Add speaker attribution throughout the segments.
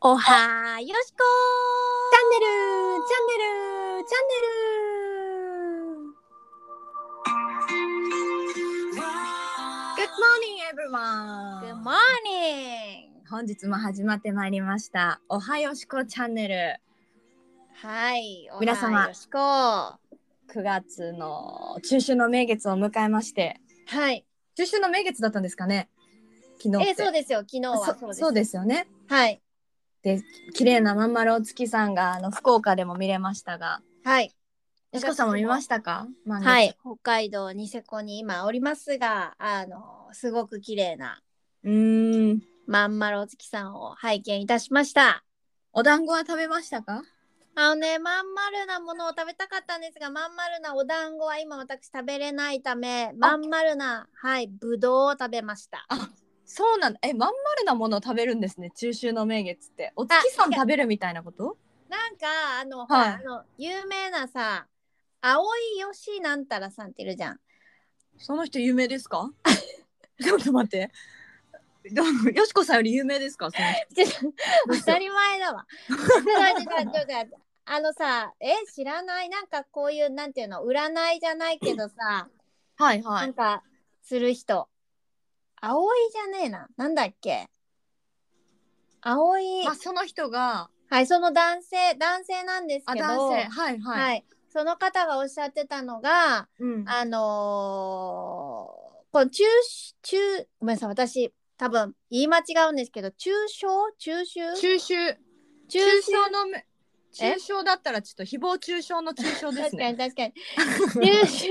Speaker 1: おはよしこ
Speaker 2: チャンネルチャンネルチャンネル Good
Speaker 1: Good
Speaker 2: morning, everyone!
Speaker 1: morning!
Speaker 2: 本日も始まってまいりました。おはよしこチャンネル。
Speaker 1: はい、
Speaker 2: 皆様
Speaker 1: おはよしこは
Speaker 2: 9月の中秋の名月を迎えまして。
Speaker 1: い。
Speaker 2: 中秋の名月だったんですかね昨日
Speaker 1: え
Speaker 2: って。
Speaker 1: そうですよ、昨日は
Speaker 2: そそうですよね。
Speaker 1: はい、
Speaker 2: 綺麗なまんまるお月さんがあの福岡でも見れましたが。
Speaker 1: はい。
Speaker 2: よしこさんも見ましたか
Speaker 1: は。
Speaker 2: 満
Speaker 1: い、北海道ニセコに今おりますが、あの、すごく綺麗な
Speaker 2: 月うーん。
Speaker 1: まんまるお月さんを拝見いたしました。
Speaker 2: お団子は食べましたか
Speaker 1: あのね、まん丸なものを食べたかったんですが、まん丸なお団子は今私食べれないため、まん丸な、はい、ぶどうを食べました。
Speaker 2: そうなんだ。え、まん丸なものを食べるんですね。中秋の名月って。お月さん食べるみたいなこと
Speaker 1: なんかあの、
Speaker 2: はい
Speaker 1: ほらあの有名なさ青井よしなんたらさんっているじゃ ん。
Speaker 2: その人有名ですか ちょっと待って。どうもよしこさんより有名ですかその人
Speaker 1: 当たり前だわ。ちょっと待ってちょっと待ってちょっと待ってあのさえ知らないなんかこういうなんていうの占いじゃないけどさ、
Speaker 2: はいは
Speaker 1: なん
Speaker 2: い。
Speaker 1: かする人青井じゃねえななんだっけ青井、
Speaker 2: まあ、その人が、
Speaker 1: はいその男性男性なんです
Speaker 2: あ、
Speaker 1: けど
Speaker 2: 男性。はいはい。
Speaker 1: はい、その方がおっしゃってたのが
Speaker 2: うん。
Speaker 1: あのーこの中秋中ごめんなさい私多分言い間違うんですけど中秋中秋
Speaker 2: 中秋、
Speaker 1: 中
Speaker 2: 中
Speaker 1: 秋
Speaker 2: 秋のめ、中
Speaker 1: え
Speaker 2: 秋だったらちょっと誹謗中傷の中傷で
Speaker 1: 確
Speaker 2: す
Speaker 1: か
Speaker 2: ね
Speaker 1: に。確かに中秋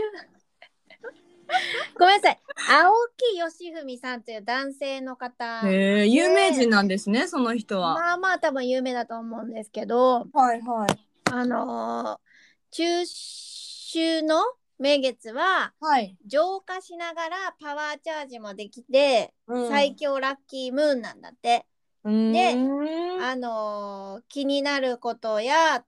Speaker 1: ごめんなさい青木よしふみさんという男性の方
Speaker 2: へえ、有名人なんですね、その人は。
Speaker 1: まあまあ多分有名だと思うんですけど
Speaker 2: はいはい。
Speaker 1: あのー中秋の名月は
Speaker 2: はい。
Speaker 1: 浄化しながらパワーチャージもできて、
Speaker 2: うん
Speaker 1: 最強ラッキームーンなんだって。
Speaker 2: うーん
Speaker 1: あのー気になることや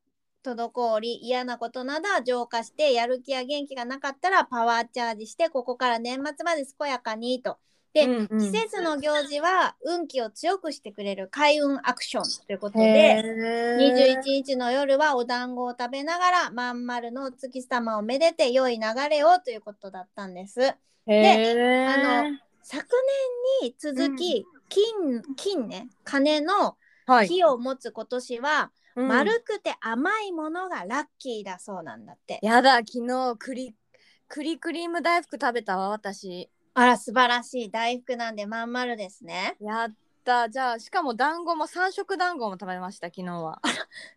Speaker 1: 滞り嫌なことなどは浄化してやる気や元気がなかったらパワーチャージしてここから年末まで健やかにとで
Speaker 2: うんうん
Speaker 1: 季節の行事は運気を強くしてくれる開運アクションということ
Speaker 2: へ
Speaker 1: で
Speaker 2: ー
Speaker 1: 21日の夜はお団子を食べながらまん丸のお月様をめでて良い流れをということだったんです。
Speaker 2: へ
Speaker 1: あ
Speaker 2: の、
Speaker 1: 昨年に続き、金金ね金の
Speaker 2: は
Speaker 1: 火を持つ今年は、
Speaker 2: うん
Speaker 1: 丸くて甘いものがラッキーだそうなんだって。
Speaker 2: やだ昨日栗栗クリーム大福食べたわ私
Speaker 1: あら素晴らしい大福なんでまん丸ですね。
Speaker 2: やったじゃあしかも団子も三色団子も食べました昨日は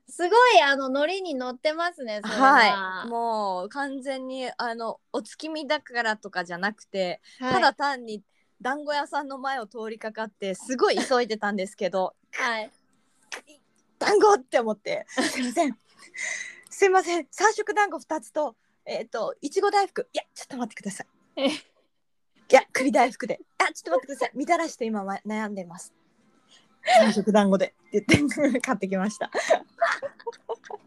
Speaker 1: すごいあの海苔に乗ってますね。 それは
Speaker 2: はいもう完全にあのお月見だからとかじゃなくて、
Speaker 1: はい
Speaker 2: ただ単に団子屋さんの前を通りかかってすごい急いでたんですけど
Speaker 1: はい
Speaker 2: 団子って思ってすいませんすいません三色団子二つとえっ、といちご大福いやちょっと待ってください
Speaker 1: え
Speaker 2: いや、栗大福で。あ、ちょっと待ってください。みたらしと今は悩んでます。三色団子でって言って買ってきました。 昨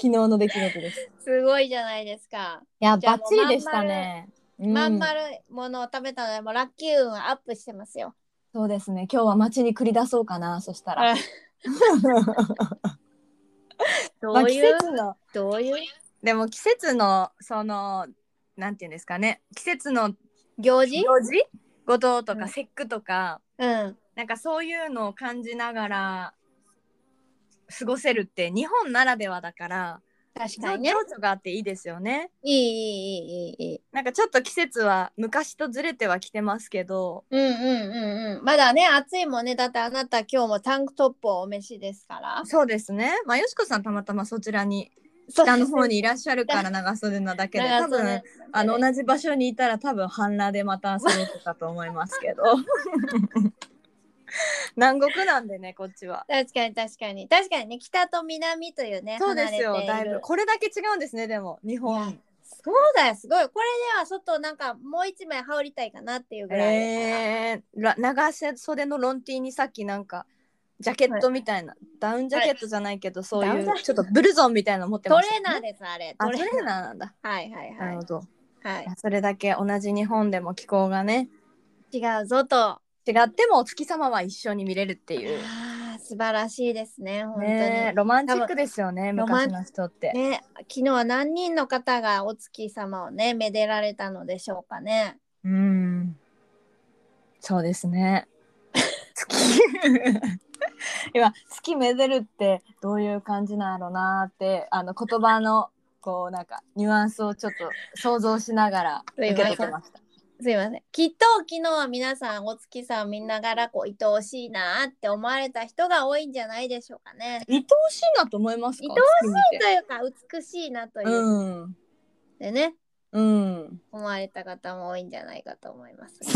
Speaker 2: 日の出来事です。
Speaker 1: すごいじゃないですか。
Speaker 2: いや、
Speaker 1: じゃあ
Speaker 2: バッチリでしたね。う
Speaker 1: まん丸いものを食べたのでもうラッキー運アップしてますよ。
Speaker 2: そうですね。今日は街に繰り出そうかな。そしたら。
Speaker 1: ど
Speaker 2: まあ
Speaker 1: う
Speaker 2: 季
Speaker 1: いう
Speaker 2: 節の。
Speaker 1: どういう
Speaker 2: でも季節のそのなんていうんですかね。季節の
Speaker 1: 行事？
Speaker 2: 行事ごとと
Speaker 1: う
Speaker 2: か
Speaker 1: ん
Speaker 2: 節句とか、
Speaker 1: うん。
Speaker 2: なんかそういうのを感じながら過ごせるって日本ならではだから
Speaker 1: 確か
Speaker 2: 情
Speaker 1: にね。
Speaker 2: 緒があっていいですよね。
Speaker 1: いいいいいいいいいい。
Speaker 2: なんかちょっと季節は昔とずれてはきてますけど、
Speaker 1: うんうんうんうん。まだね暑いもんね。だってあなた今日もタンクトップをお召しですから。
Speaker 2: そうですね。まあよしこさんたまたまそちらに
Speaker 1: そう
Speaker 2: 北の方にいらっしゃるから長袖なだけで、多分あの同じ場所にいたら多分半裸でまた遊ぶかと思います けど。南国なんでねこっちは。
Speaker 1: 確かに確かに確かにね北と南というね
Speaker 2: そうですよ。
Speaker 1: 離
Speaker 2: だ
Speaker 1: れ
Speaker 2: い
Speaker 1: ている
Speaker 2: ぶこれだけ違うんですね。でも日
Speaker 1: い
Speaker 2: 本
Speaker 1: や。そうだよすごいこれでは外なんかもう一枚羽織りたいかなっていうぐらいだか
Speaker 2: えー、ら長袖のロンティーにさっきなんかジャケットみたいな、ダウンジャケットじゃないけど、そう
Speaker 1: ダウ
Speaker 2: い
Speaker 1: ンジャ
Speaker 2: う
Speaker 1: ケ
Speaker 2: ちょっとブルゾンみたいなの持って
Speaker 1: ら
Speaker 2: ま
Speaker 1: ト
Speaker 2: し
Speaker 1: レ
Speaker 2: た
Speaker 1: ーナー
Speaker 2: ね。
Speaker 1: ですあれ
Speaker 2: あ
Speaker 1: トレ
Speaker 2: トレ
Speaker 1: ーナー
Speaker 2: ーナーなんだ。
Speaker 1: はいはい
Speaker 2: なる
Speaker 1: は
Speaker 2: ほど。
Speaker 1: い、は
Speaker 2: それだけ同じ日本でも気候がね
Speaker 1: い、違うぞと
Speaker 2: 違ってもお月様は一緒に見れるって
Speaker 1: あ
Speaker 2: いう。
Speaker 1: ー素晴らしいですね本当に
Speaker 2: ねえ
Speaker 1: ね
Speaker 2: ロマンチックですよね
Speaker 1: 多分
Speaker 2: 昔の人って、
Speaker 1: 昨日は何人の方がお月様をねめでられたのでしょうかね
Speaker 2: うんそうです ね月 今月めでるってどういう感じなんやろうなーってあの言葉のこうなんかニュアンスをちょっと想像しながら受け取ってました
Speaker 1: すいませんきっと昨日は皆さんお月さんを見ながらこう愛おしいなって思われた人が多いんじゃないでしょうかね
Speaker 2: 愛おしいなと思いますか
Speaker 1: 愛
Speaker 2: おし
Speaker 1: というか美しいなという
Speaker 2: うん
Speaker 1: でね、
Speaker 2: うん、
Speaker 1: 思われた方も多いんじゃないかと思います。
Speaker 2: す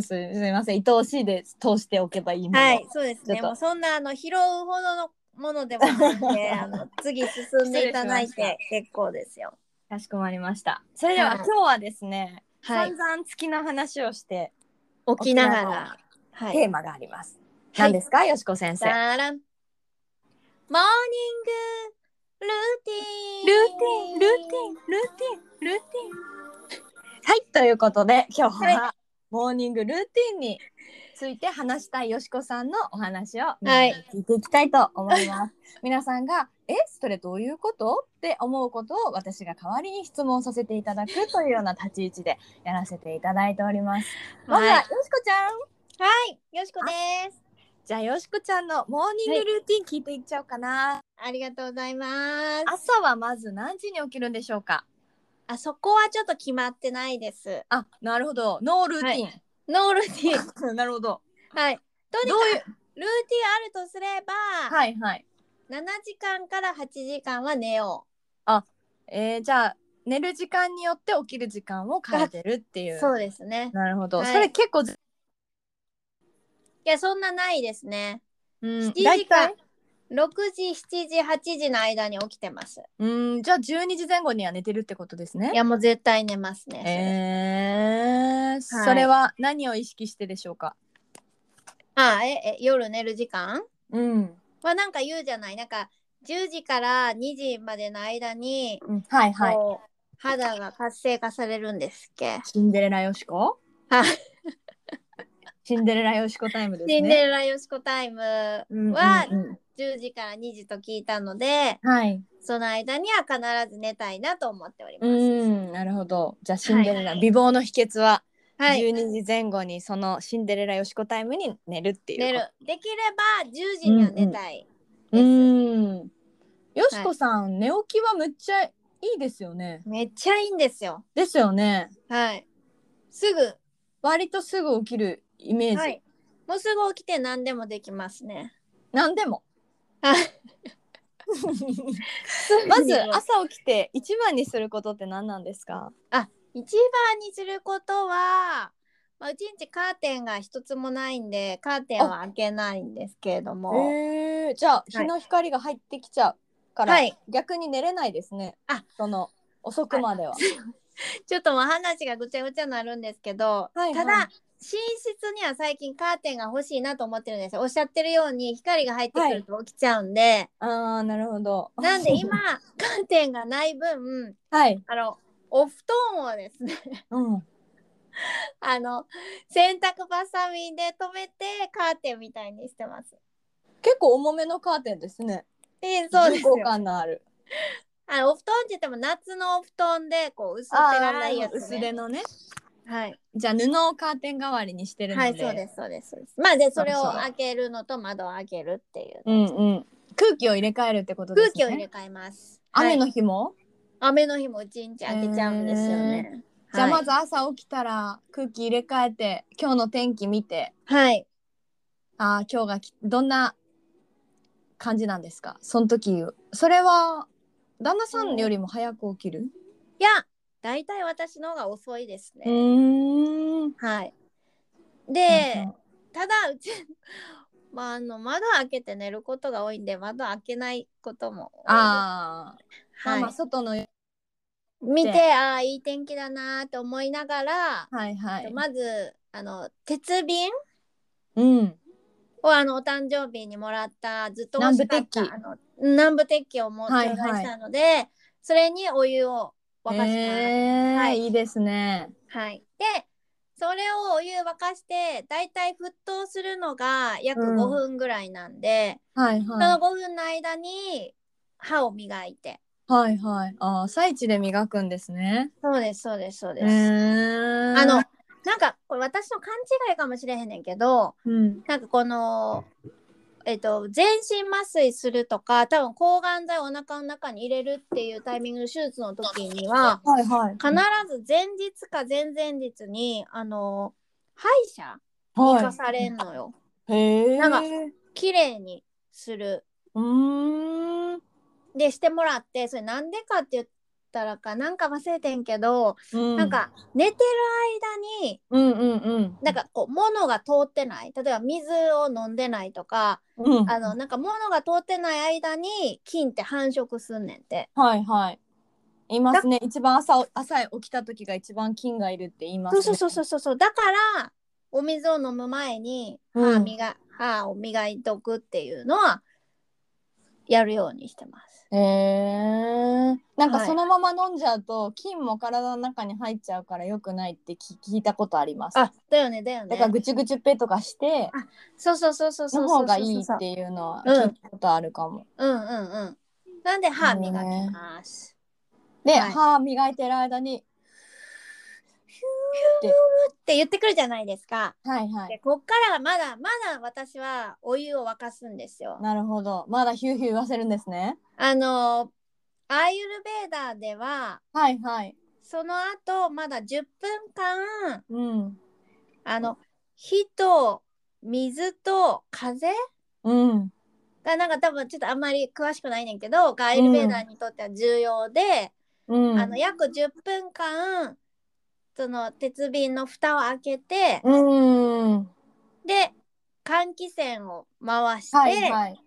Speaker 2: すみません愛おしいで通しておけばいいもの、
Speaker 1: はい、そうです
Speaker 2: ちょっ
Speaker 1: ね。
Speaker 2: と
Speaker 1: もうそんなあの拾うほどのものでもないの で、あの次進んでいただい
Speaker 2: 失礼して
Speaker 1: 結構ですよ。
Speaker 2: かしこまりましたそれで
Speaker 1: は
Speaker 2: は、
Speaker 1: い
Speaker 2: 今日はですね、
Speaker 1: はい
Speaker 2: 散々月の話をして
Speaker 1: 起きなが
Speaker 2: 沖
Speaker 1: ら。は
Speaker 2: テー
Speaker 1: い。
Speaker 2: マがあります。
Speaker 1: はい
Speaker 2: 何ですか、よしこ先生。ル
Speaker 1: だらん。モーニングルーティン。
Speaker 2: ルーティン、ルーティン。はい、ということで、今日は、
Speaker 1: は
Speaker 2: モーニングルーティンについて話したいよしこさんのお話を。
Speaker 1: はい
Speaker 2: 聞いていきたいと思います。 皆さんが、え、それどういうことって思うことを、私が代わりに質問させていただくというような立ち位置で。やらせていただいております。まずは、
Speaker 1: は
Speaker 2: よしこちゃん。
Speaker 1: い。はい、よしこです。
Speaker 2: じゃあ、よしこちゃんのモーニングルーティン聞いていっちゃおうかな。
Speaker 1: ありがとうございます。
Speaker 2: 朝はまず何時に起きるんでしょうか
Speaker 1: あそこはちょっと決まってないです。
Speaker 2: あなるほどノールーティン、
Speaker 1: ノールーティン。
Speaker 2: なるほど
Speaker 1: はい。とに
Speaker 2: ど
Speaker 1: か
Speaker 2: う
Speaker 1: く
Speaker 2: いう
Speaker 1: ルーティンあるとすれば、
Speaker 2: はいはい
Speaker 1: 7時間から8時間は寝よ
Speaker 2: えー、じゃあ寝る時間によって起きる時間を変えてるって
Speaker 1: う。
Speaker 2: いう
Speaker 1: そうですね。
Speaker 2: なるほど、
Speaker 1: はい
Speaker 2: それ結構ず、
Speaker 1: いや、そんなないですね。
Speaker 2: うん、
Speaker 1: 7時
Speaker 2: 大体
Speaker 1: 6時、7時、8時の間に起きてます。
Speaker 2: うんじゃあ12時前後には寝てるってことですね
Speaker 1: いや、もう絶対寝ますね。
Speaker 2: えー、それは何を意識してでしょうか
Speaker 1: あえ、え、夜寝る時間
Speaker 2: うん、
Speaker 1: はなんか言うじゃない。なんか、10時から2時までの間に、
Speaker 2: うん、はいはい
Speaker 1: こう、肌が活性化されるんですっけ。
Speaker 2: シンデレラよしこ
Speaker 1: はい
Speaker 2: シンデレラよしこタイムですね
Speaker 1: シンデレラよしこタイムは
Speaker 2: は、うんうん
Speaker 1: 10時から2時と聞いたので、
Speaker 2: うん、はい
Speaker 1: その間には必ず寝たいなと思っており
Speaker 2: う
Speaker 1: ます。
Speaker 2: ん、なるほど。じゃあシンデレラ、
Speaker 1: はい
Speaker 2: 美貌の秘訣は
Speaker 1: はい。
Speaker 2: 12時前後にそのシンデレラよしこタイムに寝るっていうこ
Speaker 1: 寝
Speaker 2: と。
Speaker 1: る。できれば10時には寝たいです。
Speaker 2: うん。よしこさん、寝起きはむっちゃいいですよね。
Speaker 1: めっちゃいいんですよ。
Speaker 2: ですよね。
Speaker 1: はい。すぐ。
Speaker 2: 割とすぐ起きるイメージ。
Speaker 1: はい。もうすぐ起きて何でもできますね。
Speaker 2: 何で も。
Speaker 1: はい
Speaker 2: まず朝起きて一番にすることって何なんですか。
Speaker 1: 一番にすることは、まあ、うちんちカーテンが一つもないんで、カーテンは開けないんですけれども。
Speaker 2: ええじゃあ日の光が入ってきちゃうから、
Speaker 1: はい
Speaker 2: 逆に寝れないですね。
Speaker 1: あ
Speaker 2: その遅くまでは。
Speaker 1: ちょっともう話がぐちゃぐちゃになるんですけど、
Speaker 2: はいはい
Speaker 1: ただ、寝室には最近カーテンが欲しいなと思ってるんですよ。おっしゃってるように光が入ってくると起きちゃうんで、
Speaker 2: ああ、なるほど。
Speaker 1: なんで今、カーテンがない分、
Speaker 2: はい。
Speaker 1: あの、お布団をですね、
Speaker 2: うん。
Speaker 1: あの、洗濯バサミで留めてカーテンみたいにしてます。
Speaker 2: 結構重めのカーテンですね。
Speaker 1: で、そうですよ
Speaker 2: 重厚。感のある。
Speaker 1: あのお布団って言っても夏のお布団で、こう、薄手が
Speaker 2: あ
Speaker 1: ないや
Speaker 2: あ、
Speaker 1: つ、ね。
Speaker 2: 薄手のね。
Speaker 1: はい。
Speaker 2: じゃあ布をカーテン代わりにしてるので。
Speaker 1: はい、そうです、そうです。そうですまあ、で、それ
Speaker 2: そ
Speaker 1: を
Speaker 2: うそう
Speaker 1: 開けるのと窓を開けるっていう。
Speaker 2: うんうん。空気を入れ替えるってことです
Speaker 1: 空
Speaker 2: ね。
Speaker 1: 気を入れ替えます。
Speaker 2: 雨
Speaker 1: はい、
Speaker 2: の日も、
Speaker 1: 雨の日も一日開けちゃうんですよね。
Speaker 2: じゃ
Speaker 1: はい
Speaker 2: あまず朝起きたら空気入れ替えて今日の天気見て
Speaker 1: はい。
Speaker 2: ああ今日がきどんな感じなんですかその時それは旦那さんよりも早く起きる
Speaker 1: いや、大体私の方が遅いですね。
Speaker 2: ん
Speaker 1: はい。で、ただうち まああの窓開けて寝ることが多いんで窓開けないことも多いですは
Speaker 2: ああ、
Speaker 1: い
Speaker 2: まあまあ外の
Speaker 1: 見てああいい天気だなと思いながら、
Speaker 2: はいはい。
Speaker 1: まずあの鉄瓶
Speaker 2: うん。
Speaker 1: をあのお誕生日にもらったずっと欲しかった
Speaker 2: 南部鉄器
Speaker 1: あの南部鉄器をも頂
Speaker 2: はい
Speaker 1: 戴
Speaker 2: は
Speaker 1: し
Speaker 2: い
Speaker 1: たので、それにお湯を沸かします、
Speaker 2: えー、
Speaker 1: はいい
Speaker 2: いですね。
Speaker 1: はい、でそれをお湯沸かしてだいたい沸騰するのが約
Speaker 2: うん
Speaker 1: 5分ぐらいなんで、
Speaker 2: はい
Speaker 1: その
Speaker 2: は
Speaker 1: 5分の間に歯を磨いて
Speaker 2: い。はいはい。ああ、朝一で磨くんですね。
Speaker 1: そうですそうですそうで
Speaker 2: へ
Speaker 1: す、
Speaker 2: ー
Speaker 1: あの、なんかこれ私の勘違いかもしれへんねんけど
Speaker 2: うん。
Speaker 1: なんかこのえっと全身麻酔するとか多分抗がん剤をお腹の中に入れるっていうタイミングの手術の時には
Speaker 2: はいはい。
Speaker 1: 必ず前日か前々日にあの歯医者に行か
Speaker 2: は
Speaker 1: されんのよ、
Speaker 2: い。へえ。
Speaker 1: なんか
Speaker 2: う
Speaker 1: 綺麗にする
Speaker 2: ーん。
Speaker 1: でしてもらってそれなんでかって言ったらかなんか忘れてんけど、
Speaker 2: うん
Speaker 1: なん。か寝てる間に
Speaker 2: うんうんうん。
Speaker 1: なんかこう物が通ってない例えば水を飲んでないとか、
Speaker 2: うん。
Speaker 1: あのなんか物が通ってない間に菌って繁殖すんねんって
Speaker 2: はいはい。いますね。一番朝朝起きた時が一番菌がいるって言います、
Speaker 1: そう
Speaker 2: ね。
Speaker 1: そうそうそうそうそうだからお水を飲む前に
Speaker 2: うん
Speaker 1: 歯磨、歯を磨いとくっていうのはやるようにしてます。
Speaker 2: へえ。なんか
Speaker 1: はい
Speaker 2: そのまま飲んじゃうと、菌も体の中に入っちゃうから良くないって聞聞いたことあります。
Speaker 1: あだよねだよ
Speaker 2: だ
Speaker 1: ね
Speaker 2: から。ぐちゅぐちゅっぺとかして
Speaker 1: そうそうそうそうそ
Speaker 2: の
Speaker 1: うそ
Speaker 2: 方
Speaker 1: う
Speaker 2: が
Speaker 1: そう
Speaker 2: いい
Speaker 1: そう
Speaker 2: っていうのは
Speaker 1: そうそう
Speaker 2: 聞いたことあるかも。
Speaker 1: うんうんうん。なんで歯磨きます。
Speaker 2: で、
Speaker 1: はい
Speaker 2: 歯磨いてる間に、
Speaker 1: って言ってくるじゃないですか。
Speaker 2: はいはい。
Speaker 1: でこっからはまだまだ私はお湯を沸かすんですよ。
Speaker 2: なるほど。まだヒューヒュー言わせるんですね。
Speaker 1: あのアーユルベーダーでは
Speaker 2: はいはい。
Speaker 1: その後まだ10分間
Speaker 2: うん。
Speaker 1: あの火と水と風
Speaker 2: うん。
Speaker 1: がなんか多分ちょっとあんまり詳しくないねんけどがアーユルベーダーにとっては重要で、
Speaker 2: うん。
Speaker 1: あの約10分間その鉄瓶の蓋を開けて、
Speaker 2: うん。
Speaker 1: で換気扇を回して、
Speaker 2: はいはい。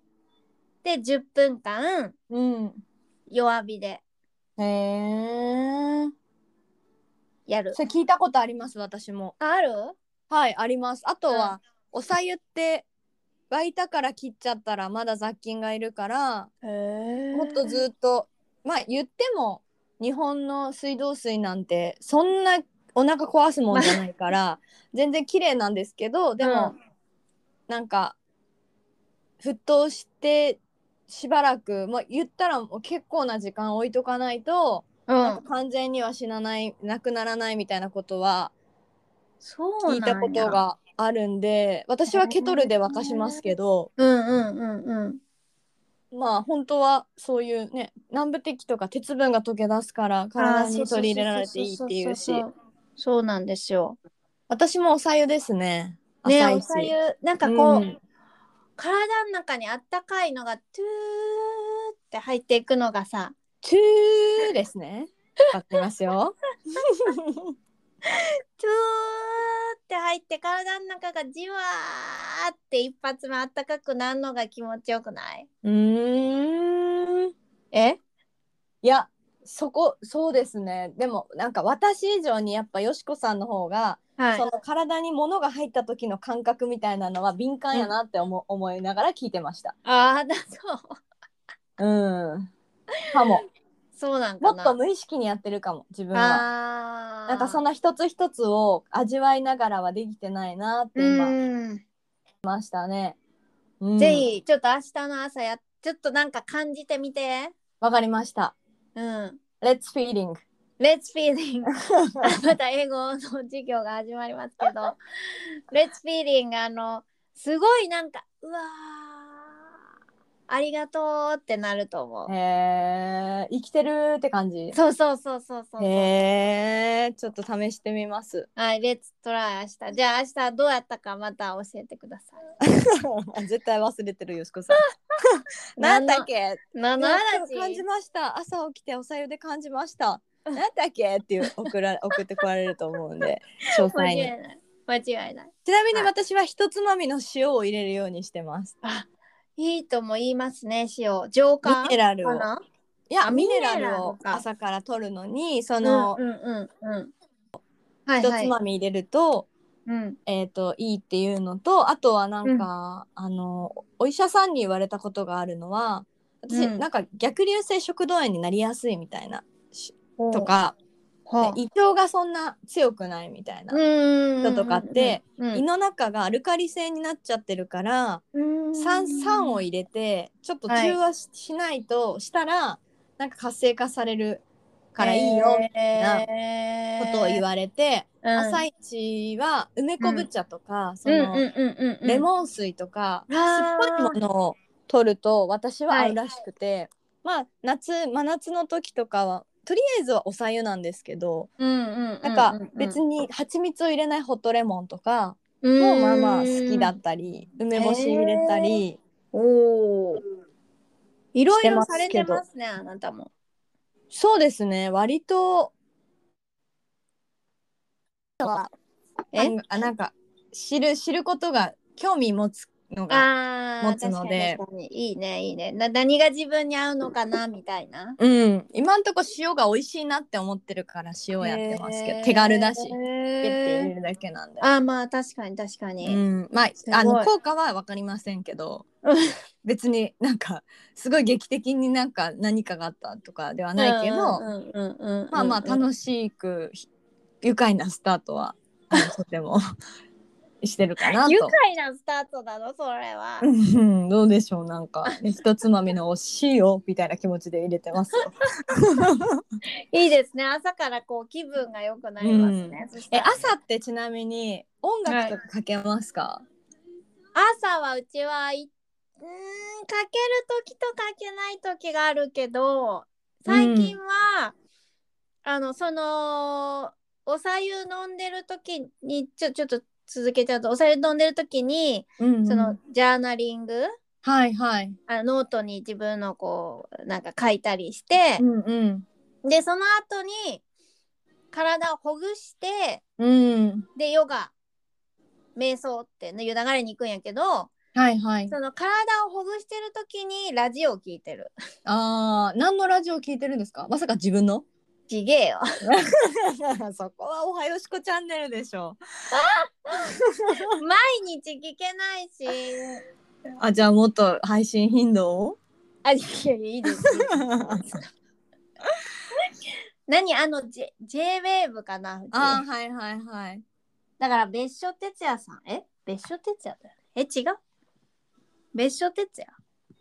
Speaker 1: で10分間
Speaker 2: うん。
Speaker 1: 弱火で
Speaker 2: へえ。
Speaker 1: やる
Speaker 2: そ。れ聞いたことあります私も。
Speaker 1: ある
Speaker 2: はいあります。あとは、
Speaker 1: う
Speaker 2: おさゆって沸いたから切っちゃったらまだ雑菌がいるからもっとずっとまあ言っても日本の水道水なんてそんなお腹壊すもんじゃない から全然綺麗なんですけどでも、
Speaker 1: う
Speaker 2: なんか沸騰してしばらく、まあ、言ったらもう結構な時間置いとかないと、
Speaker 1: う
Speaker 2: なんか
Speaker 1: ん、
Speaker 2: 完全には死なないなくならないみたいなことは
Speaker 1: そう
Speaker 2: 聞いたことがあるんで私はケトルで沸かしますけど、
Speaker 1: うんうんうんうん
Speaker 2: まあ本当はそういうね南部滴とか鉄分が溶け出すから体に取り入れられていいっていうし
Speaker 1: そうなんですよ
Speaker 2: 私もおさゆですね
Speaker 1: ねお
Speaker 2: 朝
Speaker 1: さ
Speaker 2: 一
Speaker 1: ゆなんかこう、
Speaker 2: うん
Speaker 1: 体の中にあったかいのがトゥーって入っていくのがさ
Speaker 2: トゥーですねわかりま すよ
Speaker 1: トゥーって入って体の中がじわーって一発目あったかくなるのが気持ちよくないう
Speaker 2: ーん
Speaker 1: え
Speaker 2: いやそこそうですねでもなんか私以上にやっぱよしこさんの方が
Speaker 1: はい
Speaker 2: その体に物が入った時の感覚みたいなのは敏感やなって思,、思いながら聞いてました。
Speaker 1: ああだそう
Speaker 2: うん。かも。
Speaker 1: そうなん
Speaker 2: も
Speaker 1: か
Speaker 2: っ
Speaker 1: な
Speaker 2: と無意識にやってるかも自分
Speaker 1: あ
Speaker 2: は。
Speaker 1: ー
Speaker 2: なんかその一つ一つを味わいながらはできてないなって今
Speaker 1: うん、
Speaker 2: ましたね。うん、
Speaker 1: ぜ。ひちょっと明日の朝やちょっとなんか感じてみて
Speaker 2: わかりました。
Speaker 1: うん
Speaker 2: Let's feeling。
Speaker 1: Let's feeling また英語の授業が始まりますけど Let's feeling あのすごいなんかうわーありがとうってなると思う、
Speaker 2: へえ生きてるって感じ。
Speaker 1: そうそうそうそうそうそう
Speaker 2: へえちょっと試してみます。
Speaker 1: はい Let's try 明日じゃあ明日どうやったかまた教えてください
Speaker 2: 絶対忘れてるよしこ さん。 なんだっけ
Speaker 1: 何の
Speaker 2: なんか
Speaker 1: 話
Speaker 2: 感じました朝起きておさゆで感じましたなんだっけっていう送ら 送ってこられると思う んで詳
Speaker 1: 間
Speaker 2: 細
Speaker 1: 違い
Speaker 2: に
Speaker 1: ない間違いない
Speaker 2: ちなみに
Speaker 1: はい
Speaker 2: 私はひとつまみの塩を入れるようにしてます
Speaker 1: いいとも言いますね塩浄
Speaker 2: ミ
Speaker 1: 化
Speaker 2: ネラルを
Speaker 1: かない
Speaker 2: や
Speaker 1: あ
Speaker 2: ミ
Speaker 1: ミ
Speaker 2: ネ
Speaker 1: ネ
Speaker 2: ラ
Speaker 1: ラル
Speaker 2: ルを
Speaker 1: か
Speaker 2: 朝から取るのにそ
Speaker 1: の
Speaker 2: の
Speaker 1: うんうんうんうんは
Speaker 2: ひ
Speaker 1: い
Speaker 2: と
Speaker 1: は
Speaker 2: つ
Speaker 1: い
Speaker 2: まみ入れると,、
Speaker 1: うん
Speaker 2: いえー、といいっていうのとあとはなんか、あのお医者さんに言われたことがあるのは私、
Speaker 1: うん
Speaker 2: なんか逆流性食道炎になりやすいみたいなとか
Speaker 1: ほう
Speaker 2: で胃腸がそんな強くないみたいな、
Speaker 1: 人
Speaker 2: 人とかって、
Speaker 1: うん
Speaker 2: 胃の中がアルカリ性になっちゃってるから、酸酸を入れてちょっと中和し,、ないとしたらなんか活性化されるからいいよみたいなことを言
Speaker 1: わ
Speaker 2: われて、
Speaker 1: れ
Speaker 2: 朝
Speaker 1: い
Speaker 2: 一は梅昆布茶とか、そ
Speaker 1: うん
Speaker 2: の、
Speaker 1: うんうんうん
Speaker 2: レモン水とか、
Speaker 1: うん
Speaker 2: 酸っぱいものを取ると私は合うらしくて、まあ夏真夏の時とかはとりあえずはおさゆなんですけど
Speaker 1: うんうん
Speaker 2: なんか別に蜂蜜を入れないホットレモンとか、もうまあまあ好きだったり梅干し入れたり、
Speaker 1: おおいろいろされ
Speaker 2: しててま
Speaker 1: ますすねあなたも
Speaker 2: そうですね割と
Speaker 1: え
Speaker 2: なんかあなんか知る知ることが興味持つのが
Speaker 1: あー
Speaker 2: 持つので
Speaker 1: 確かに確かにいいねいいねな何が自分に合うのかなみたいな
Speaker 2: うん今んとこ塩が美味しいなって思ってるから塩やってますけど、
Speaker 1: へー
Speaker 2: 手軽だしペッて入
Speaker 1: へ
Speaker 2: れ
Speaker 1: ー
Speaker 2: るだけなんで、
Speaker 1: あーまあ確かに確か
Speaker 2: う
Speaker 1: に、
Speaker 2: ん、まあ
Speaker 1: すごい
Speaker 2: あの効果は分かりませんけ ど
Speaker 1: うん
Speaker 2: 別になんかすごい劇的になんか何かがあったとかではないけど、
Speaker 1: うんうんうんうん
Speaker 2: まあまあ
Speaker 1: し
Speaker 2: 楽しくひ愉快なスタートはあのとても してるかなと。
Speaker 1: 愉快なスタートなのそれは
Speaker 2: うんどうでしょうなんか、ね、一つまみのお塩みたいな気持ちで入れてますよ。
Speaker 1: いいですね朝からこう気分が良くなりますね、そした
Speaker 2: え
Speaker 1: ら
Speaker 2: 朝ってちなみに音楽とかかけますか、
Speaker 1: 朝はうちはいうんかける時とかけない時があるけど最近は、あのそのおさゆ飲んでる時にちょちょっと続けちゃうとおさゆ飲んでる時に、
Speaker 2: うんうん
Speaker 1: そのジャーナリング
Speaker 2: はいはい。
Speaker 1: あノートに自分のこうなんか書いたりして、
Speaker 2: んうん
Speaker 1: でその後に体をほぐして
Speaker 2: うん
Speaker 1: でヨガ瞑想ってねいう流れに行くんやけど
Speaker 2: はいはい。
Speaker 1: その体をほぐしてる時にラジオを聞いてる。
Speaker 2: ああ何のラジオ聞いてるんですかまさか自分の
Speaker 1: ちげえよ。
Speaker 2: そこは「おはよしこチャンネル」でしょ。
Speaker 1: 毎日聞けないし。
Speaker 2: あじゃあもっと配信頻度を
Speaker 1: あいやいい です。何あの J J-WAVE かなうち
Speaker 2: あーはいはいはい。
Speaker 1: だから別所哲也さん。え別所哲也だよね。え違う別所哲
Speaker 2: い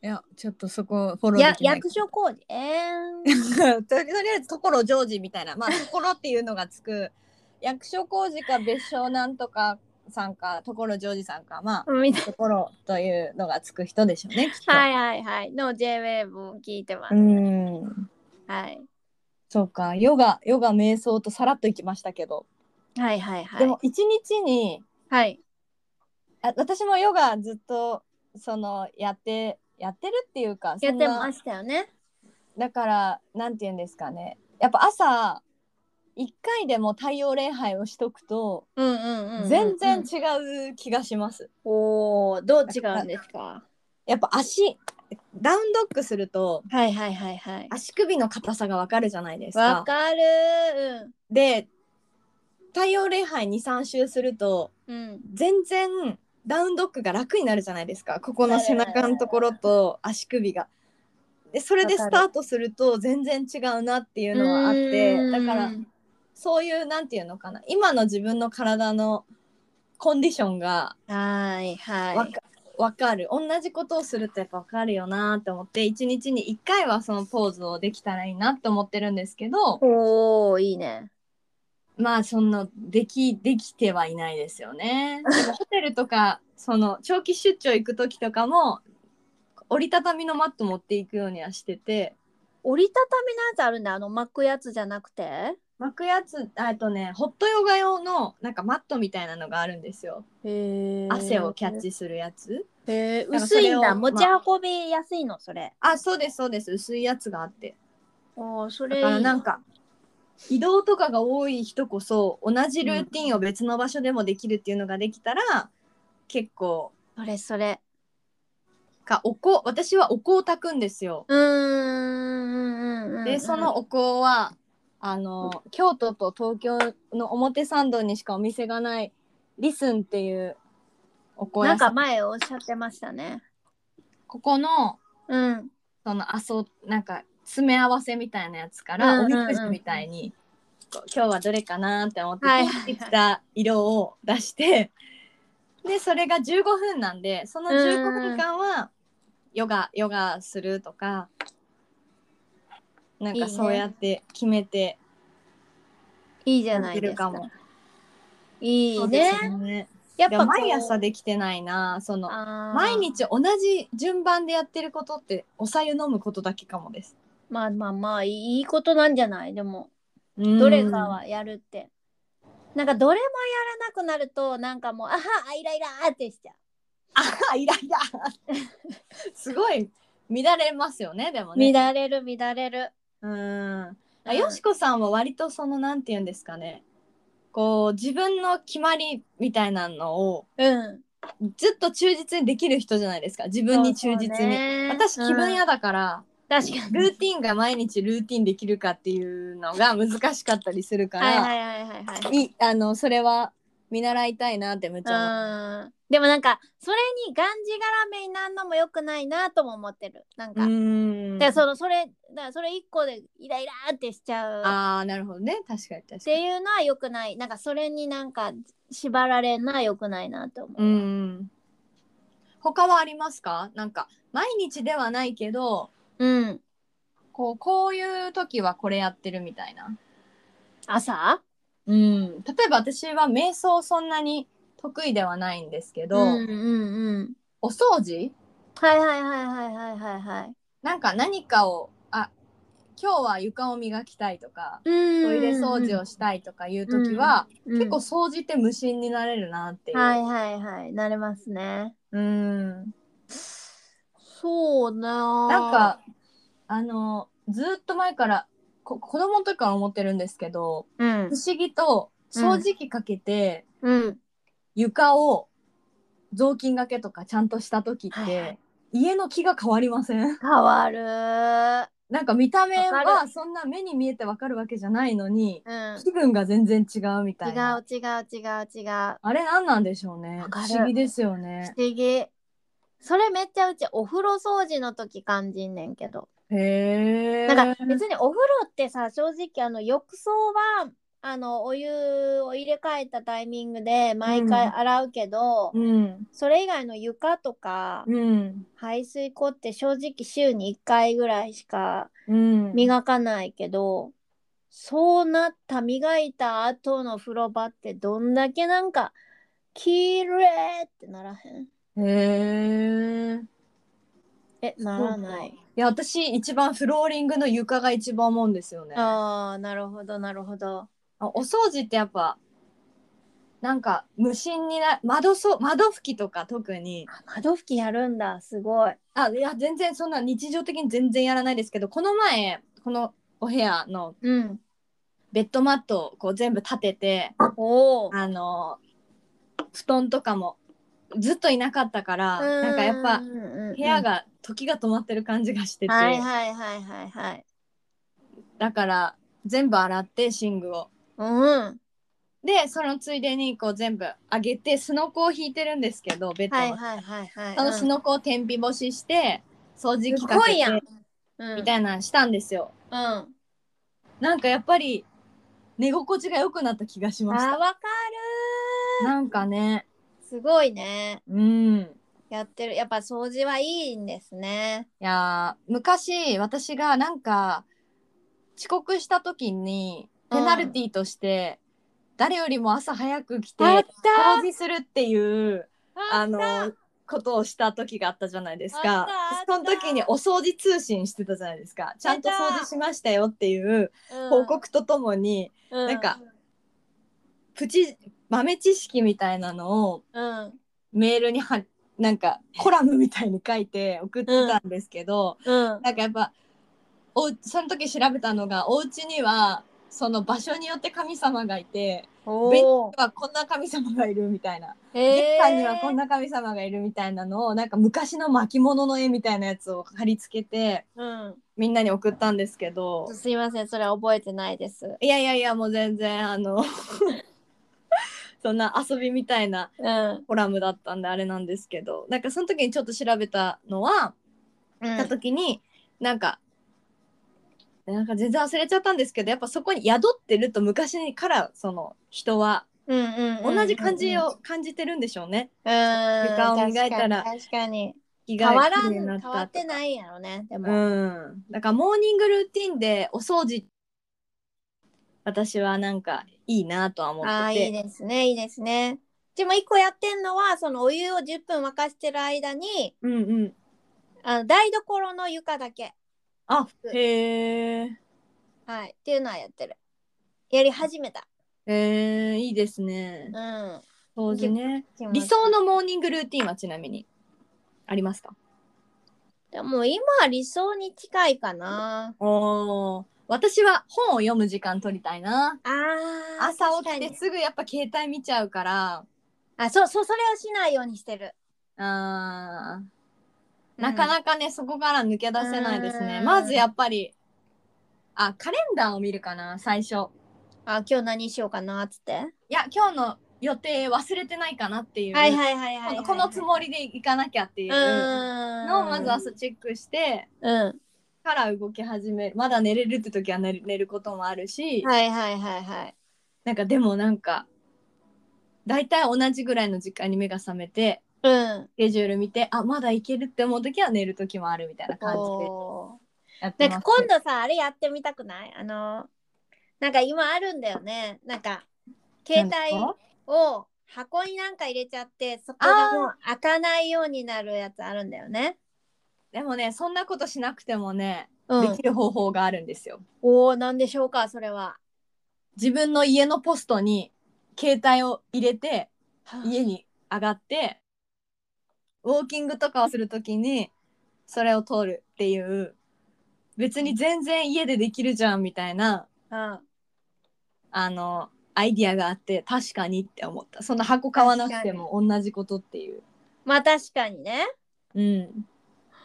Speaker 2: やちょっとそこフォロ
Speaker 1: 也
Speaker 2: ー
Speaker 1: や
Speaker 2: できない
Speaker 1: 役所工事。えー、
Speaker 2: ととりあえず所ジョージみたいなまあ所っていうのがつく役所工事か別所なんとかさんか所ジョージさんかまあ
Speaker 1: みたい
Speaker 2: 所というのがつく人でしょうねきっと。
Speaker 1: な。はいはいはい。の J-WAVE を聞いてます。
Speaker 2: うん
Speaker 1: はい、
Speaker 2: そうかヨガヨガ瞑想とさらっといきましたけど、
Speaker 1: はいはいはい。
Speaker 2: でも一日に
Speaker 1: はい。
Speaker 2: あ私もヨガずっとそのやってやってるっていうか
Speaker 1: や
Speaker 2: そ
Speaker 1: っ
Speaker 2: ん
Speaker 1: て
Speaker 2: な
Speaker 1: ましたよね。
Speaker 2: だからなんて言うんですかねやっぱ朝1回でも太陽礼拝をしとくと
Speaker 1: うんうんうんうん、
Speaker 2: 全然違う気がします、
Speaker 1: おお、どう違うんですか。
Speaker 2: やっぱ足ダウンドッグすると
Speaker 1: はいはいはいはい。
Speaker 2: 足首の硬さがわかるじゃないです
Speaker 1: わ
Speaker 2: か
Speaker 1: かる
Speaker 2: で太陽礼拝23周すると
Speaker 1: うん。うん。
Speaker 2: 全然ダウンドッグが楽になるじゃないですかここの背中のところと足首が。でそれでスタートすると全然違うなっていうのはあってだからそういうなんていうのかな今の自分の体のコンディションが
Speaker 1: ら。はいはい。
Speaker 2: わか,、かる同じことをするとやっぱ分かるよなと思って一日に1回はそのポーズをできたらいいなって思ってるんですけど
Speaker 1: おお、いいね。
Speaker 2: まあそのできできてはいないですよね。でもホテルとかその長期出張行く時とかも折りたたみのマット持っていくようにはしてて
Speaker 1: 折りたたみのやつあるんだ、あの巻くやつじゃなくて。
Speaker 2: 巻くやつあえっとねホットヨガ用のなんかマットみたいなのがあるんですよ。
Speaker 1: へ
Speaker 2: 汗をキャッ。チするやつ。
Speaker 1: へえ、
Speaker 2: なんかそ
Speaker 1: 薄い
Speaker 2: れ
Speaker 1: ん
Speaker 2: を
Speaker 1: だ、
Speaker 2: まあ
Speaker 1: 持ち運びやすいの、それ。
Speaker 2: あそうですそうです薄いやつがあって
Speaker 1: おお、それい
Speaker 2: だ
Speaker 1: い。
Speaker 2: からなんか移動とかが多い人こそ同じルーティンを別の場所でもできるっていうのができたら、結構
Speaker 1: それそれ。
Speaker 2: かおこ私はお香を炊くんですよ。
Speaker 1: うーんうんうんうん。
Speaker 2: でそのお香はあの京都と東京の表参道にしかお店がないリスンっていうお香
Speaker 1: なん
Speaker 2: 屋さ
Speaker 1: か
Speaker 2: ん
Speaker 1: 前おっしゃってましたね。
Speaker 2: ここの
Speaker 1: うん。
Speaker 2: そのあそなんか詰め合わせみたいなやつから、
Speaker 1: うんうんうん
Speaker 2: おみくじみたいにこう今日はどれかなって思って、
Speaker 1: はい
Speaker 2: いくつか色を出してでそれが15分なんでその15分間はヨガヨガするとかなん
Speaker 1: いい
Speaker 2: か
Speaker 1: ね
Speaker 2: そうやって決めて
Speaker 1: いいじゃ
Speaker 2: や
Speaker 1: な
Speaker 2: っ
Speaker 1: い
Speaker 2: て
Speaker 1: で
Speaker 2: る
Speaker 1: すか
Speaker 2: かも。
Speaker 1: い
Speaker 2: そ
Speaker 1: いう
Speaker 2: で
Speaker 1: ね
Speaker 2: すね
Speaker 1: やっ
Speaker 2: で
Speaker 1: ぱ
Speaker 2: も毎朝できてないなその
Speaker 1: 毎
Speaker 2: 毎日同じ順番でやってることっておさゆ飲むことだけかもです。
Speaker 1: まあまあまあいいことなんじゃないでもどれか はやるって、なんかどれもやらなくなるとなんかもうあはあイライラーってしちゃ
Speaker 2: あイライラ すごい乱れますよねでも
Speaker 1: う、
Speaker 2: ね。
Speaker 1: 乱れる乱れる
Speaker 2: うんあ
Speaker 1: うん
Speaker 2: よしこさんは割とそのなんて言うんですかねこう自分の決まりみたいなのを
Speaker 1: うん
Speaker 2: ずっと忠実にできる人じゃないですか自分に忠実に。私気分、
Speaker 1: そうそうね
Speaker 2: 屋だから、
Speaker 1: うん確かに
Speaker 2: ルーティンが毎日ルーティンできるかっていうのが難しかったりするから、
Speaker 1: はいはいはいはいはい
Speaker 2: いあのそれは見習いたいなってめっちゃ思
Speaker 1: う
Speaker 2: う
Speaker 1: んでもなんかそれにがんじがらめになんのも良くないなとも思ってるなんか、
Speaker 2: うん
Speaker 1: でそのそれだからそれ一個でイライラーってしちゃうっ
Speaker 2: ああなるほどね確かに確か
Speaker 1: て
Speaker 2: に。
Speaker 1: いうのは良くないなんかそれになんか縛られんのは良くないなと思う、
Speaker 2: うん他はありますかなんか毎日ではないけど
Speaker 1: うん、
Speaker 2: こうこういう時はこれやってるみたいな。
Speaker 1: 朝
Speaker 2: うん、例えば私は瞑想そんなに得意ではないんですけど、
Speaker 1: うんうんうん
Speaker 2: お掃除
Speaker 1: はいはいはいはいはいはいはい
Speaker 2: なんか何かをあ今日は床を磨きたいとか
Speaker 1: うん
Speaker 2: トイレ掃除をしたいとかいう時は、
Speaker 1: 結
Speaker 2: 結構掃除って無心になれるなっていう。
Speaker 1: はいはいはいなれますね
Speaker 2: うん
Speaker 1: そうな
Speaker 2: なんかあのずーっと前からこ子供の時から思ってるんですけど
Speaker 1: うん
Speaker 2: 不思議と掃除機かけて、
Speaker 1: うん
Speaker 2: 床を雑巾がけとかちゃんとした時って、
Speaker 1: はいはい
Speaker 2: 家の木が変わりません
Speaker 1: 変わる
Speaker 2: なんか見た目
Speaker 1: わか
Speaker 2: はそんな目に見えてわかるわけじゃないのに
Speaker 1: うん
Speaker 2: 気分が全然違うみ
Speaker 1: 違
Speaker 2: たいうな
Speaker 1: 違う違う違う
Speaker 2: あれ何なんでしょうね
Speaker 1: わ
Speaker 2: 不
Speaker 1: かる
Speaker 2: 思議ですよ
Speaker 1: 不
Speaker 2: ね
Speaker 1: 思議それめっちゃうちお風呂掃除の時感じんねんけど
Speaker 2: へえ
Speaker 1: なんか別にお風呂ってさ正直あの浴槽はあのお湯を入れ替えたタイミングで毎回
Speaker 2: うん
Speaker 1: 洗うけど、
Speaker 2: うん
Speaker 1: それ以外の床とか
Speaker 2: うん
Speaker 1: 排水口って正直週に1回ぐらいしか
Speaker 2: うん
Speaker 1: 磨かないけど、そうなった磨いた後の風呂場ってどんだけなんか綺麗ってならへん
Speaker 2: へえ
Speaker 1: えならない
Speaker 2: いや私一番フローリングの床が一番思うんですよねあ
Speaker 1: ああなるほどなるほど
Speaker 2: お掃除ってやっぱなんか無心にな窓そ窓拭きとか特に
Speaker 1: 窓拭きやるんだすごい
Speaker 2: あいや全然そんな日常的に全然やらないですけどこの前このお部屋の
Speaker 1: うん
Speaker 2: ベッドマットをこう全部立てて
Speaker 1: おお
Speaker 2: あの布団とかもずっといなかったからなんかやっぱ
Speaker 1: 部
Speaker 2: 部屋が時が止まってる感じがしてて、
Speaker 1: はいはいはいはいはい
Speaker 2: だから全部洗って寝具を。
Speaker 1: うん
Speaker 2: でそのついでにこう全部あげてスノコを引いてるんですけどベッドの、
Speaker 1: はいはいはいはい
Speaker 2: そのス
Speaker 1: す
Speaker 2: ノコを天日干しして掃除機か
Speaker 1: ご
Speaker 2: け
Speaker 1: いやん
Speaker 2: てみたいなのしたんですよ、
Speaker 1: うんうん
Speaker 2: なんかやっぱり寝心地が良くなった気がし
Speaker 1: あ
Speaker 2: まし
Speaker 1: ーわ
Speaker 2: た
Speaker 1: か
Speaker 2: なんかね
Speaker 1: るすごいね
Speaker 2: うんい
Speaker 1: やってるやっぱ掃除はいいんですね
Speaker 2: やー昔私がなんか遅刻した時にペナルティーとして、誰よりも朝早く来て
Speaker 1: あ
Speaker 2: 掃
Speaker 1: った
Speaker 2: 除するっていうあのことをした時があったじゃないです
Speaker 1: あ
Speaker 2: か
Speaker 1: った
Speaker 2: そ
Speaker 1: あっ
Speaker 2: の
Speaker 1: た
Speaker 2: 時にお掃除通信してたじゃないですかちゃんと掃除しましたよっていう報告とともに、
Speaker 1: な
Speaker 2: なんかプチ豆知識みたいなのを
Speaker 1: うん
Speaker 2: メールにはなんかコラムみたいに書いて送ってたんですけど、
Speaker 1: うん
Speaker 2: なんかやっぱおうその時調べたのがお家にはその場所によって神様がいてベ
Speaker 1: おお
Speaker 2: はこんな神様がいるみたいな
Speaker 1: え
Speaker 2: 玄関にはこんな神様がいるみたいなのをなんか昔の巻物の絵みたいなやつを貼り付けて
Speaker 1: うん
Speaker 2: みんなに送ったんですけど
Speaker 1: すいませんそれは覚えてないです
Speaker 2: いやいやいやもう全然あの そんな遊びみたいな
Speaker 1: うん
Speaker 2: コラムだったんであれなんですけどなんかその時にちょっと調べたの
Speaker 1: う
Speaker 2: は、
Speaker 1: ん
Speaker 2: た時になんかでなんか全然忘れちゃったんですけどやっぱそこに宿ってると昔からその人は
Speaker 1: うんうんうんうん
Speaker 2: 同じ感じを感じてるんでしょうね。
Speaker 1: うん床
Speaker 2: を磨いたら
Speaker 1: 確かに
Speaker 2: 気
Speaker 1: 変
Speaker 2: が
Speaker 1: わらん
Speaker 2: 綺麗にな
Speaker 1: 変
Speaker 2: た
Speaker 1: わってないんやろねでも、
Speaker 2: うん。だからモーニングルーティンでお掃除私はなんかいいなとは思ってて。
Speaker 1: ああいいですねいいですねでも一個やってんのはそのお湯を10分沸かしてる間に
Speaker 2: うんうん。
Speaker 1: あの台所の床だけ、
Speaker 2: あへえ。
Speaker 1: はい、っていうのはやってるやり始めた
Speaker 2: へえいいですね。
Speaker 1: うん
Speaker 2: 掃除ね。
Speaker 1: 気持ち
Speaker 2: 理想のモーニングルーティンはちなみにありますか
Speaker 1: でも今は理想に近いかな
Speaker 2: おー私は本を読む時間取りたいな。
Speaker 1: あー
Speaker 2: 朝起
Speaker 1: 確
Speaker 2: き
Speaker 1: か
Speaker 2: て
Speaker 1: に
Speaker 2: すぐやっぱ携帯見ちゃうから
Speaker 1: あそうそうそれをしないようにしてる
Speaker 2: あーなかなかね、そこから抜け出せないですね
Speaker 1: うん
Speaker 2: まずやっぱりあカレンダーを見るかな最初
Speaker 1: あ今日何しようかなっつって
Speaker 2: いや今日の予定忘れてないかなっていう、
Speaker 1: はいはいはいはい、はい、
Speaker 2: このつもりで行かなきゃっていううの
Speaker 1: の
Speaker 2: をまず朝チェックして
Speaker 1: うん
Speaker 2: から動き始めるまだ寝れるって時は寝る寝ることもあるし、
Speaker 1: はいはいはいはい
Speaker 2: なんかでもなんか大体同じぐらいの時間に目が覚めて
Speaker 1: うん
Speaker 2: スケジュール見てあまだいけるって思う時は寝る時もあるみたいな感じで
Speaker 1: お
Speaker 2: やって
Speaker 1: ー
Speaker 2: ます
Speaker 1: なんか今度さあれやってみたくないあのなんか今あるんだよねなんか携
Speaker 2: なん
Speaker 1: 帯
Speaker 2: か
Speaker 1: を箱になんか入れちゃってそこでもう開かないようになるやつあるんだよね。
Speaker 2: でもねそんなことしなくてもね、
Speaker 1: う
Speaker 2: で
Speaker 1: ん
Speaker 2: き、る方法があるんですよ
Speaker 1: おおなんでしょうかそれは。
Speaker 2: 自分の家のポストに携帯を入れて家に上がってウォーキングとかをする時にそれを通るっていう別に全然家でできるじゃんみたいな
Speaker 1: うん
Speaker 2: あのアイディアがあって確かにって思ったそんな箱買わなくても同じことっていう
Speaker 1: まあ確かにね。
Speaker 2: うん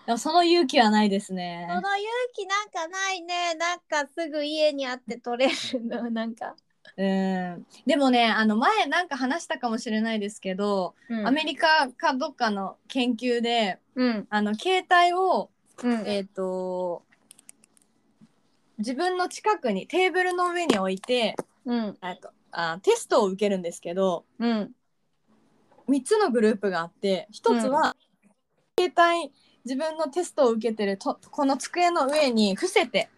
Speaker 2: でもその勇気はないですね
Speaker 1: その勇気なんかないねなんかすぐ家にあって取れるの なんか。
Speaker 2: うんでもねあの前なんか話したかもしれないですけど、
Speaker 1: うん
Speaker 2: アメリカかどっかの研究で
Speaker 1: うん
Speaker 2: あの携帯を
Speaker 1: うん
Speaker 2: えっ、と自分の近くにテーブルの上に置いて
Speaker 1: うん
Speaker 2: あとあテストを受けるんですけど
Speaker 1: うん
Speaker 2: 3つのグループがあって1つは、携帯自分のテストを受けてるとこの机の上に伏せて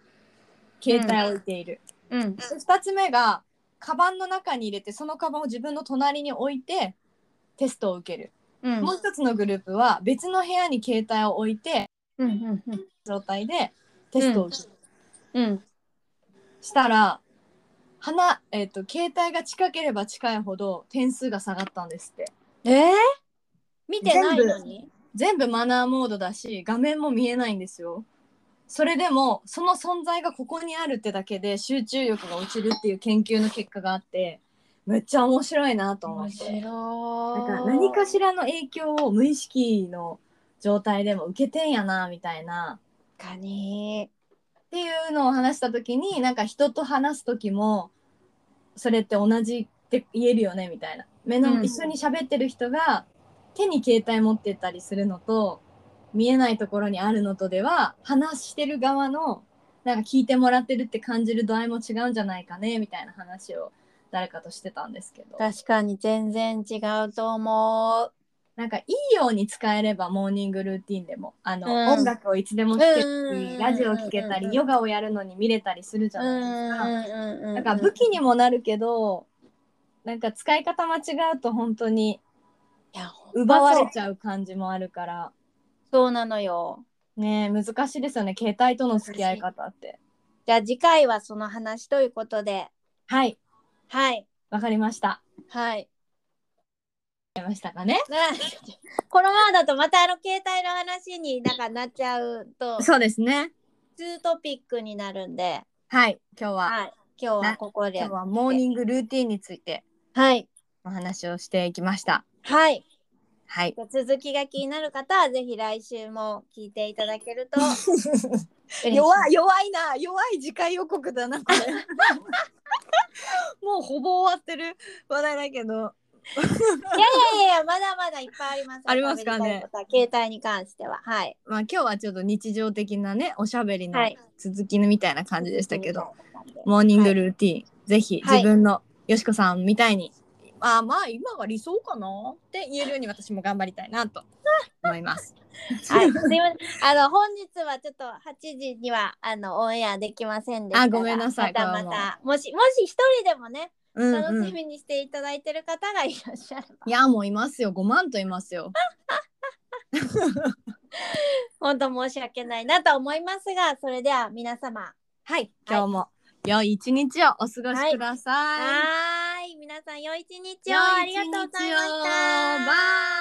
Speaker 2: 携帯を置いている、
Speaker 1: うん
Speaker 2: で2つ目がカバンの中に入れてそのカバンを自分の隣に置いてテストを受ける、
Speaker 1: うん
Speaker 2: もう1つのグループは別の部屋に携帯を置いて
Speaker 1: うんうんうん
Speaker 2: 状態でテストを受ける、
Speaker 1: うん
Speaker 2: したら花、えっと携帯が近ければ近いほど点数が下がったんですって
Speaker 1: えー、見てないのに
Speaker 2: 全部マナーモードだし画面も見えないんですよそれでもその存在がここにあるってだけで集中力が落ちるっていう研究の結果があってめっちゃ面白いなと思ってなんか
Speaker 1: 白
Speaker 2: 何かしらの影響を無意識の状態でも受けてんやなみたいな
Speaker 1: らかに
Speaker 2: っていうのを話した時になんか人と話す時もそれって同じって言えるよねみたいな目の、
Speaker 1: うん
Speaker 2: 一緒に喋ってる人が手に携帯持ってたりするのと見えないところにあるのとでは話してる側のなんか聞いてもらってるって感じる度合いも違うんじゃないかねみたいな話を誰かとしてたんですけど
Speaker 1: 確かに全然違うと思う
Speaker 2: なんかいいように使えればモーニングルーティンでもあの、
Speaker 1: うん
Speaker 2: 音楽をいつでも聴けた
Speaker 1: うん
Speaker 2: りラジオ聴け
Speaker 1: う
Speaker 2: た
Speaker 1: ん
Speaker 2: りヨガをやるのに見れたりするじゃ
Speaker 1: うん
Speaker 2: ないですか。
Speaker 1: うんうん
Speaker 2: なんか武器にもなるけど、なんか使い方間違うと本当に
Speaker 1: いや
Speaker 2: 奪わ
Speaker 1: そう
Speaker 2: れちゃう感じもあるから、
Speaker 1: そうなのよ
Speaker 2: ねえ難しいですよね、携帯との付き合い方って。
Speaker 1: じゃあ次回はその話ということで
Speaker 2: はい、
Speaker 1: はい
Speaker 2: わかりました。
Speaker 1: はい
Speaker 2: わかりましたかね。
Speaker 1: ねこのままだとまたあの携帯の話になんかなっちゃうと
Speaker 2: そうですね。
Speaker 1: 2トピックになるんで
Speaker 2: はい、今日は、
Speaker 1: はい今日はここで
Speaker 2: 今日はモーニングルーティンについて
Speaker 1: はい
Speaker 2: お話をしていきました。
Speaker 1: はい
Speaker 2: はい。
Speaker 1: 続きが気になる方はぜひ来週も聞いていただける と
Speaker 2: 弱
Speaker 1: い
Speaker 2: い弱いな弱い次回予 告だなこれもうほぼ終わってる話題だけど
Speaker 1: いやいやいや、まだまだいっぱいあります。
Speaker 2: ありますかね
Speaker 1: 食べたいことは携帯に関しては、はい。
Speaker 2: まあ今日はちょっと日常的なねおしゃべりの
Speaker 1: はい
Speaker 2: 続きみたいな感じでしたけど、
Speaker 1: は
Speaker 2: モーニングルーティン、ぜひ
Speaker 1: はい
Speaker 2: 自分のよしこさんみたいに、ああまあ今が理想かなって言えるように私も頑張りたいなと思います。
Speaker 1: い、すいません。あの、本日はちょっと8時には、あの、オンエアできませんでしたが。
Speaker 2: あごめんなさい
Speaker 1: また
Speaker 2: これ
Speaker 1: ま
Speaker 2: はもう
Speaker 1: た、もし、もし一人でもね、
Speaker 2: うんうん
Speaker 1: 楽しみにしていただいてる 方がいらっしゃれば。
Speaker 2: いやもういますよ5万といますよ。
Speaker 1: 本当申し訳ないなと思いますが、それでは皆様。
Speaker 2: はい今日も良い一日をお過ごしくださ
Speaker 1: はー
Speaker 2: い。
Speaker 1: い、皆さん良い一日を
Speaker 2: 良
Speaker 1: あ
Speaker 2: い
Speaker 1: り
Speaker 2: 一日
Speaker 1: が
Speaker 2: を
Speaker 1: とうございました。
Speaker 2: バイ